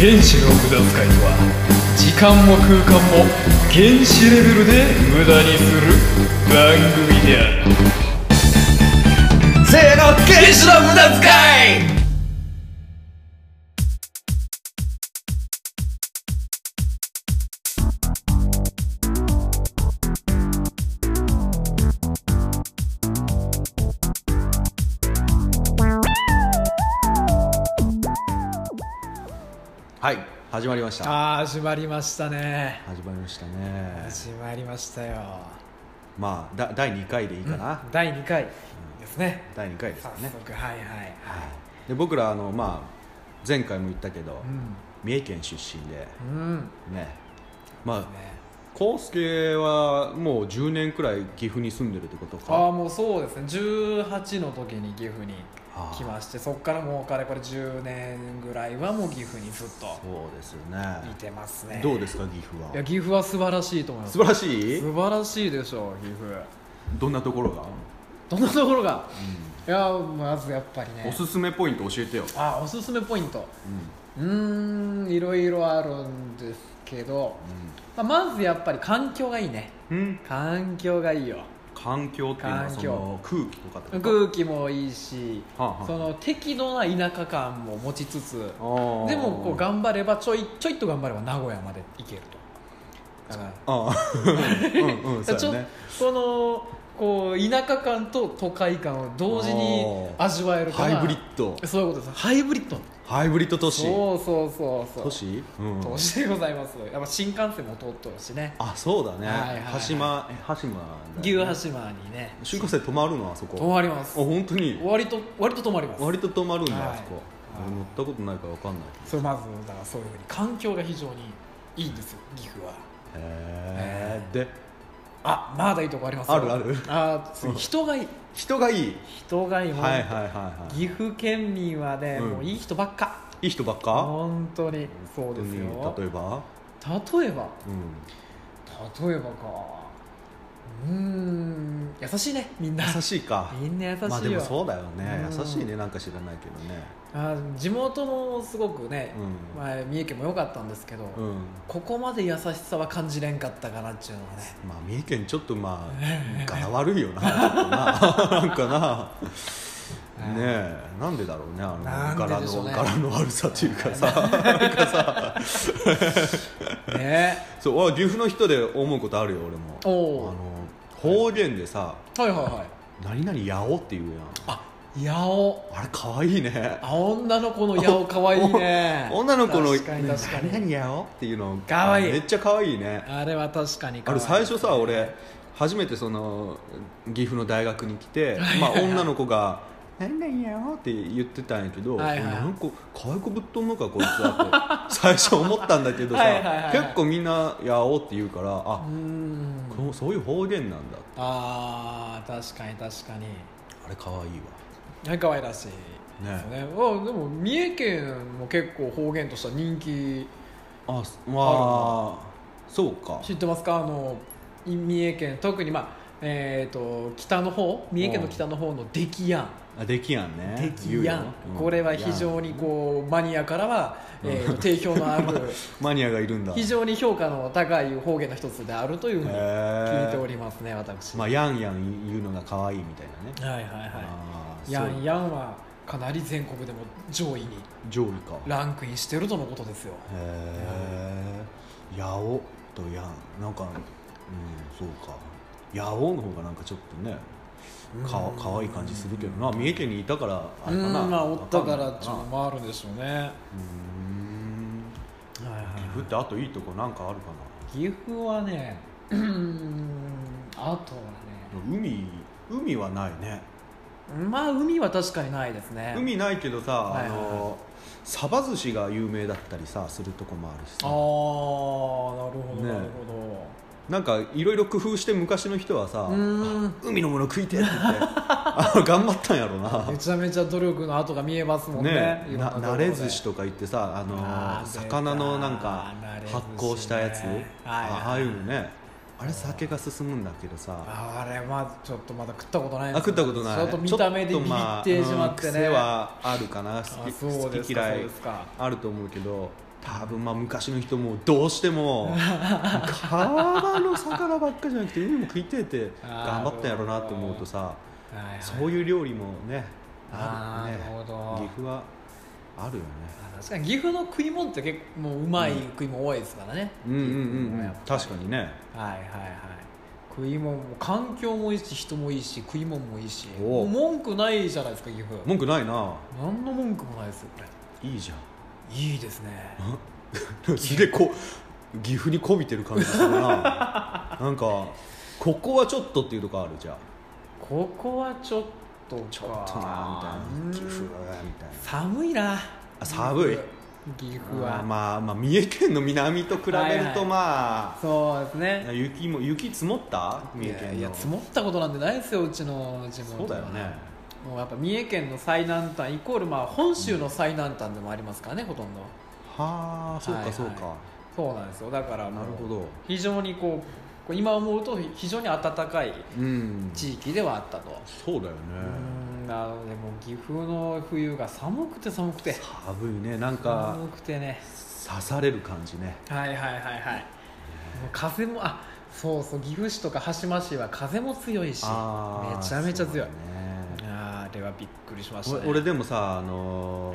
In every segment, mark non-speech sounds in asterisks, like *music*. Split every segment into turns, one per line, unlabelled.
原子の無駄遣いとは時間も空間も原子レベルで無駄にする番組である
せーの原子の無駄遣いはい始まりました
あー始まりましたね
始まりましたね
始まりましたよ
まあだ第2回でいいかな、
第2回ですね
第2回です
早
かね、
速はいはいはい
で僕らあの、まあ、前回も言ったけど、三重県出身で
うん
ねまあ康介はもう10年くらい岐阜に住んでるってこと
ああ
か
もうそうですね18の時に岐阜に
あー
来ましてそこからもうかれこれ10年ぐらいはもう岐阜にずっと
そうですよ
い
ね
てますね
どう
い
ですか岐阜は
や岐阜は素晴らしいと思います
素晴らしい
素晴らしいでしょう岐阜
どんなところが、
どんなところが、いやまずやっぱりね
おすすめポイント教えてよ、
あおすすめポイント
うん
うーんいろいろあるんですけど、まあまずやっぱり環境がいいね
うんうん、
環境がいいよ
環境っていうのは
環
そ
境
の空気とかってこと
空気もいいし、
はあはあ
その適度な田舎感も持ちつつ
あー
でもこう頑張ればちょいちょいっと頑張れば名古屋まで行けるとだから
あーうんうんそう
ちょ
やね
このこう田舎感と都会感を同時に味わえるから
ハイブリッド
そういうことですハイブリッド
ハイブリッド都市
そうそうそうそう
都市、うん、
投資でございますやっぱ新幹線も通ってるしね
あそうだね、
はいはいはい
羽島え羽島だ
牛
よね
羽島にね
新幹線止まるのあそこ
止まりま
あ
す
本当に
割と割と止まります
割と止まるんだ、
はい
あそこ
はい
乗ったことないから分かんない
それまずだからそういうふうに環境が非常にいいんですよ岐阜は
けどへえで
あまだいいとこありますよ
あるある
あ次人がいい
人がいい
人がいいもう
はいはいはいはい
岐阜県民はね、
うん
もういい人ばっか
いい人ばっか
本当にそうですよ
うん例えば
例えば
うん
例えばかうーん優しいねみんな
優しいか
みんな優しいよ、
まあでもそうだよね
うん
優しいねなんか知らないけどね
あ地元もすごくね、
うん
まあ、三重県も良かったんですけど、
うん
ここまで優しさは感じれんかったかなっていうのはね
まあ三重県ちょっとまあ柄悪いよなちょっとななんかなねえなんでだろうねあの
なん
柄
ででしょう
の
ね
柄の悪さというかさ
*laughs*
なんかさ *laughs*
ね
そうあ岐阜の人で思うことあるよ俺も
おう
あの方言でさ
はいはいはい
「何々やお」って言うやん
あ八尾
あれ可愛いね
あ女の子の八尾かわいい
*laughs*
ね
女の子の
確かに確か
何々
に
やお」っていうの
可愛い
めっちゃ可愛いね
あれは確かに
あ
可愛
れ
い
最初さ俺初めてその岐阜の大学に来て、まあ、女の子が「何々やろ」って言ってたんやけど、
はいはい
なんか可愛くぶっ飛んのかこいつはって *laughs* 最初思ったんだけどさ
はいはいはい
結構みんな「やお」って言うからあ
うー、ん
こうそういう方言なんだ
あー確かに確かに
あれ可愛いわ
はい可愛らしいですねあでも三重県も結構方言としては人気
あまあそうか
知ってますかあのい三重県特にまあえー、と北の方三重県の北の方の出来やん
あできやんね
出来やん、これは非常
に
にこうマニアからは、えーと定評
*laughs*
のある
マニアがいるんだ
非常に評価の高い方言の一つであるというふうに
へー
聞いておりますね私、
まあやんやん言うのが可愛いみたいなね
はいはいは
あー
いや
そうん
やんはかなり全国でも上位に
上位かへ
ランクインしてるとのことですよ
え八尾とやんなんかうんそうか八尾の方がなんかちょっとねかかわいい感じするけどな三重県にいたからあ
う
れか
ん
な
まあおったからっ
う
ていうのもあるんでしょうねはい
ん
はいはい
岐阜ってあといいとこなんかあるか
岐阜はねうーんあとは
な海海はないね
ねまあ海は確かにないですね
海ないけどさ
は
あ
いはいはい
のサバ寿司が有名だったりさするとこもあるし
ああなるほ
さ
ど、
ね
なるほ
なんかいろいろ工夫して昔の人は
ど
さ
うーん
海のもの食いてって言って
*laughs*
あ頑張ったんやろな
めちゃめちゃ努力の跡が見えますもんね
ね
いろん
な
ところ
慣
で
れ寿司とか言ってさ、あのー
あー
魚のなんか
出た
発酵したやつ、
慣れ寿司ねはいはい
あああいうのねあれ酒が進むんだけどさ
あれまあちょっとまだ食ったことない
あ
です
食ったことない
ちょっと見た目で
ち
ビ
ょ
ビっ
っとまあ
てしまって
うん
ね、
癖はあるかな
あ
好き
そう
好
です
き
か
嫌
そ
いう
ですか
あると思うけど多分まあ昔の人もどうし
*laughs*
ても川の魚ばっかじゃなくて海も食いてえって頑張ったんやろなと思うとさ
はいはい
そういう料理もねあるね
なるほど
岐阜はあるよね
あ確かに岐阜の食い物って結構もううまい食い物多いですからね、
うんうんうん
岐阜の
う
や
ん
っぱ
確かにね
はいはいはい食い物も環境もいいし人もいいし食い物もいいしも
お
う
う
文句ないじゃないですか岐阜
文句ないな
何の文句もないですよこ
いいじゃん
れいいですね
すげえこ岐阜にこびてる感じするな
*laughs*
なんかここはちょっとっていうとこあるじゃあ
ここはちょっとか
ちょっとなみたいな岐阜
うん
はみたいな
寒いな
あ寒い
岐阜
まあ
は、
まあ、まあ、三重県の南と比べ
はい
る
はい
とまあ、
そうですね
雪も雪積もった三重県
いや
の
いや積もったことなんてないですようちの地元
そうだよね
もうやっぱ三重県の最南端イコールまあ本州の最南端でもありますからね、ほとんど
はあそう
はいはい
かそうか、
そうなんですよだからもう
なるほど
非常にこうこう今思うと非常に暖かい
うん
地域ではあったと、
そうだよね
うんなのでもう岐阜の冬が寒くて寒くて
寒いねなんか
寒くてね
刺される感じね
はいはいはいはいもう風もあそうそう岐阜市とか羽島市は風も強いしめ
あー
ちゃめちゃ強い、
そうだね
あーあれはびっくりしました、ね、
俺俺でもさあのー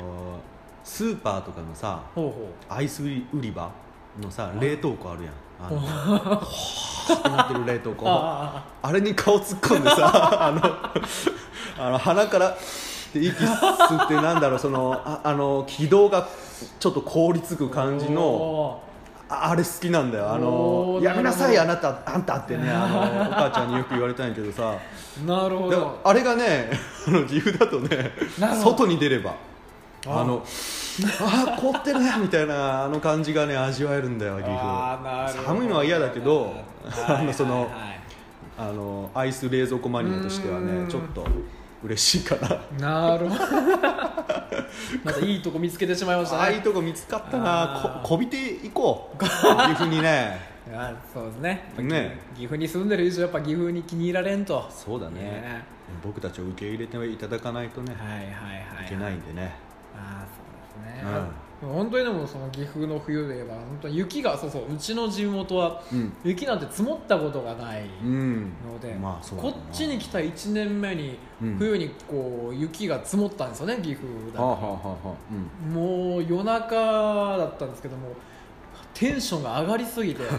スーパーとかのさ
ほうほ
アイス売り場のさ冷凍庫あるやんあのほーってなってる冷凍
う
庫
あ
あれに顔突っ込んでさ *laughs* あのあの鼻からって息吸ってなんだろうそのああの軌道がちょっと凍りつく
あ
感じのああれ好きなんだよあの
おー
やめなさい
な
あなたあんたってね
*laughs*
あのお母ちゃんによく言われたんやけどさ
なるほ
でも
ど
あれがねあの岐阜だとね
なるほど
外に出れば
あ
あのあー凍ってるねみたいなあの感じがね味わえるんだよ岐
あーなるほ
阜
ど
寒いのは嫌だけど
はい
あのそ
はい
の
はい
あのアイス冷蔵庫マニアとしては
うーん
ねちょっと嬉しいかな
なるほど *laughs* またいいとこ見つけてしまいまし
あ
た
あい
ね
うとこ見つかった
あー
なここびていこう岐阜にね
あそうですね *laughs*
ね
岐阜に住んでる以上やっぱ岐阜に気に入られんと
そうだね
ね
僕たちを受け入れていただかないとね
はいはいはいはい
いけないんでね
ああそうですね、
う
でも本当にでもその岐阜の冬で言えば本当に雪がそうそううちの地元は
うん
雪なんて積もったことがない
うん
ので、
まあそうだ
こ
な
っちに来た1年目に
うん
冬にこう雪が積もったんですよね岐阜だ
はあは
と
あはあはあうん
もう夜中だったんですけどもテンションが上がりす
*laughs*
ぎてもう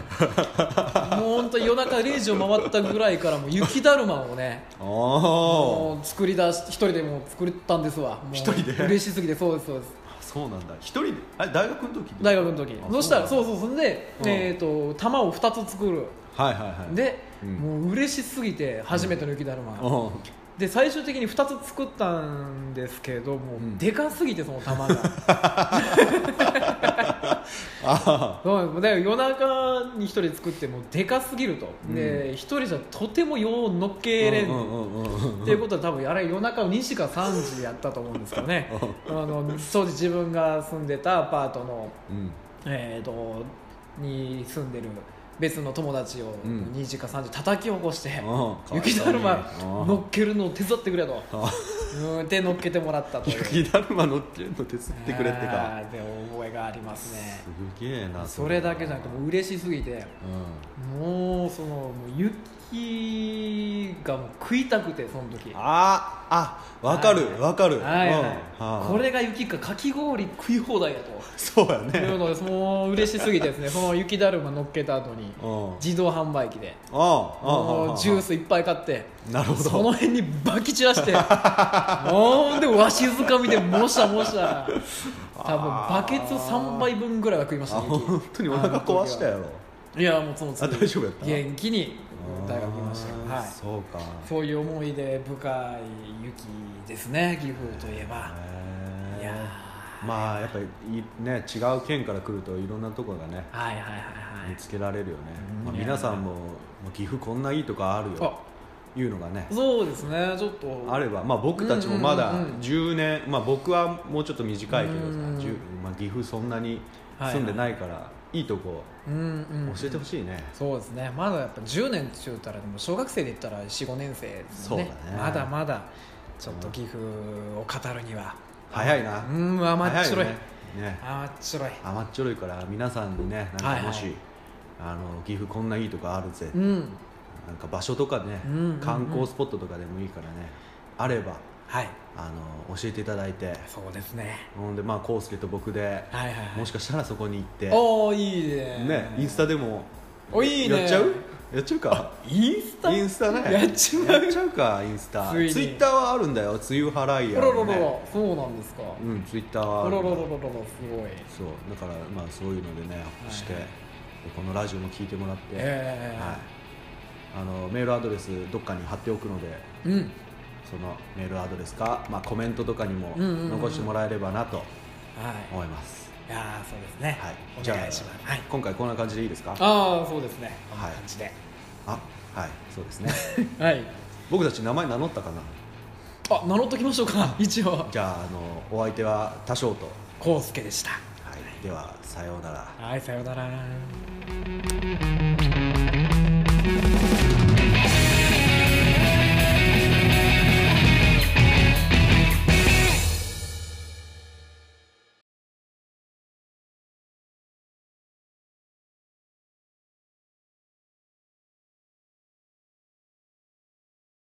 本当に夜中0時を回ったぐらいからもう雪だるまをね
あ
もう作り出し一人でもう作ったんですわもう
一人で
嬉しすぎてそうですそうです
あそうなんだ一人であれ大学の時
大学の時
あ
そしたら
う
そうそうそんで、
うん
えー、と玉を2つ作る
なんだはいはいはい
で、
うん
もう嬉しすぎて初めての雪だるま、
うん
で最終的に2つ作ったんですけども、
うん
でかすぎてその玉が
あ
そうで夜中に1人作ってもうでかすぎると、で1人じゃとてもよう乗っけれん,、
うんうんうんうん
っていうことは多分あれ夜中の2時か3時やったと思うんですけどねあの当時自分が住んでたアパートの
うん
えー、とに住んでる別の友達を
うん
2時か3時叩き起こして
う
「
ん
雪だるま
かわいい
乗っけるのを手伝ってくれ」と
あ
うんで乗っけてもらったという
*laughs* 雪だるま乗ってんの手伝ってくれってか
あーで覚えがありますね
すげえな
それだけじゃなくてもう嬉しすぎて
うん
もうそのもう雪がもう食いたくてその時
あーあわかるわかる
はいはい
うんあー
これが雪かかき氷食い放題やと
そうや
い
ね
うのでもう嬉しすぎてですねその雪だるま乗っけた後に
うんうん
自動販売機で
うんう
も
ん
うジュースいっぱい買って
なるほど
その辺にバキ散らして
*laughs*
ほんでわしづかみでもしゃもしゃ多分バケツ3杯分ぐらいは食いまし
あ
たね
本当にお腹壊したやろ
いやもうその
あ大丈夫やった
元気に大学行きましたよ
あー
はい
そうか
そういう思い出深い雪ですね岐阜といえば
へー
いや
まあやっぱりいね違う県から来るといろんなとこがね
ーはいはいはいは
見
い
つけられるよね、まあ、
いや
皆さんもまあ岐阜こんないいとこあるよいうのがね
そうですねちょっと
あれば、まあ、僕たちもまだ
うんうんうん
10年、まあ、僕はもうちょっと短いけどさ、
うん
10まあ、岐阜そんなに住んでないから、い、いとこ
うんうん
教えてほしいね、
そうですねまだやっぱ10年って言ったらでも小学生で言ったら45年生ですもんね
そうだね
まだまだちょっと岐阜を語るには
早いな、
うんまあ真っ白い、
早いよねね
あっちょろい
甘っちょろいから皆さんにねなんかもし、
はい
あの岐阜こんないいとこあるぜ、
うん
なんか場所とかね、
うんうんうん
観光スポットとかでもいいからねあれば
はい
あの教えていただいて
そうですね
ほんでまあ康介と僕で
はいはいはい
もしかしたらそこに行って、
おおいいね
ね、インスタでも
おいいね
やっちゃうやっちゃうか
インスタ
インスタね
やっちま
や
う
っちゃうかインスタ
ついに
ツイッターはあるんだよ梅雨払い
あ
や
らら
の
ら
ね
らそうなんですかあ
うんツイッターはあ
ら
る
ら
んだ
ららららすごい
そうだからまあそういうのでねして、
はい
このラジオも聞いてもらって、
ええ
はい、あのメールアドレスどっかに貼っておくので
うん
そのメールアドレスか、まあ、コメントとかにも
うんうんうん
残してもらえればなと
はい
思います、
いやーそうですね
はい
お
じゃあ
願いしますはい
今回こんな感じでいいですかあ
ああそうですねこんな
はい
感じで
はいそうですね *laughs*
はい
僕たち名前名乗ったかな
あ名乗っときましょうか一応
じゃああのお相手は多少と、は
コウスケでした
い、ではさようなら
はいさようなら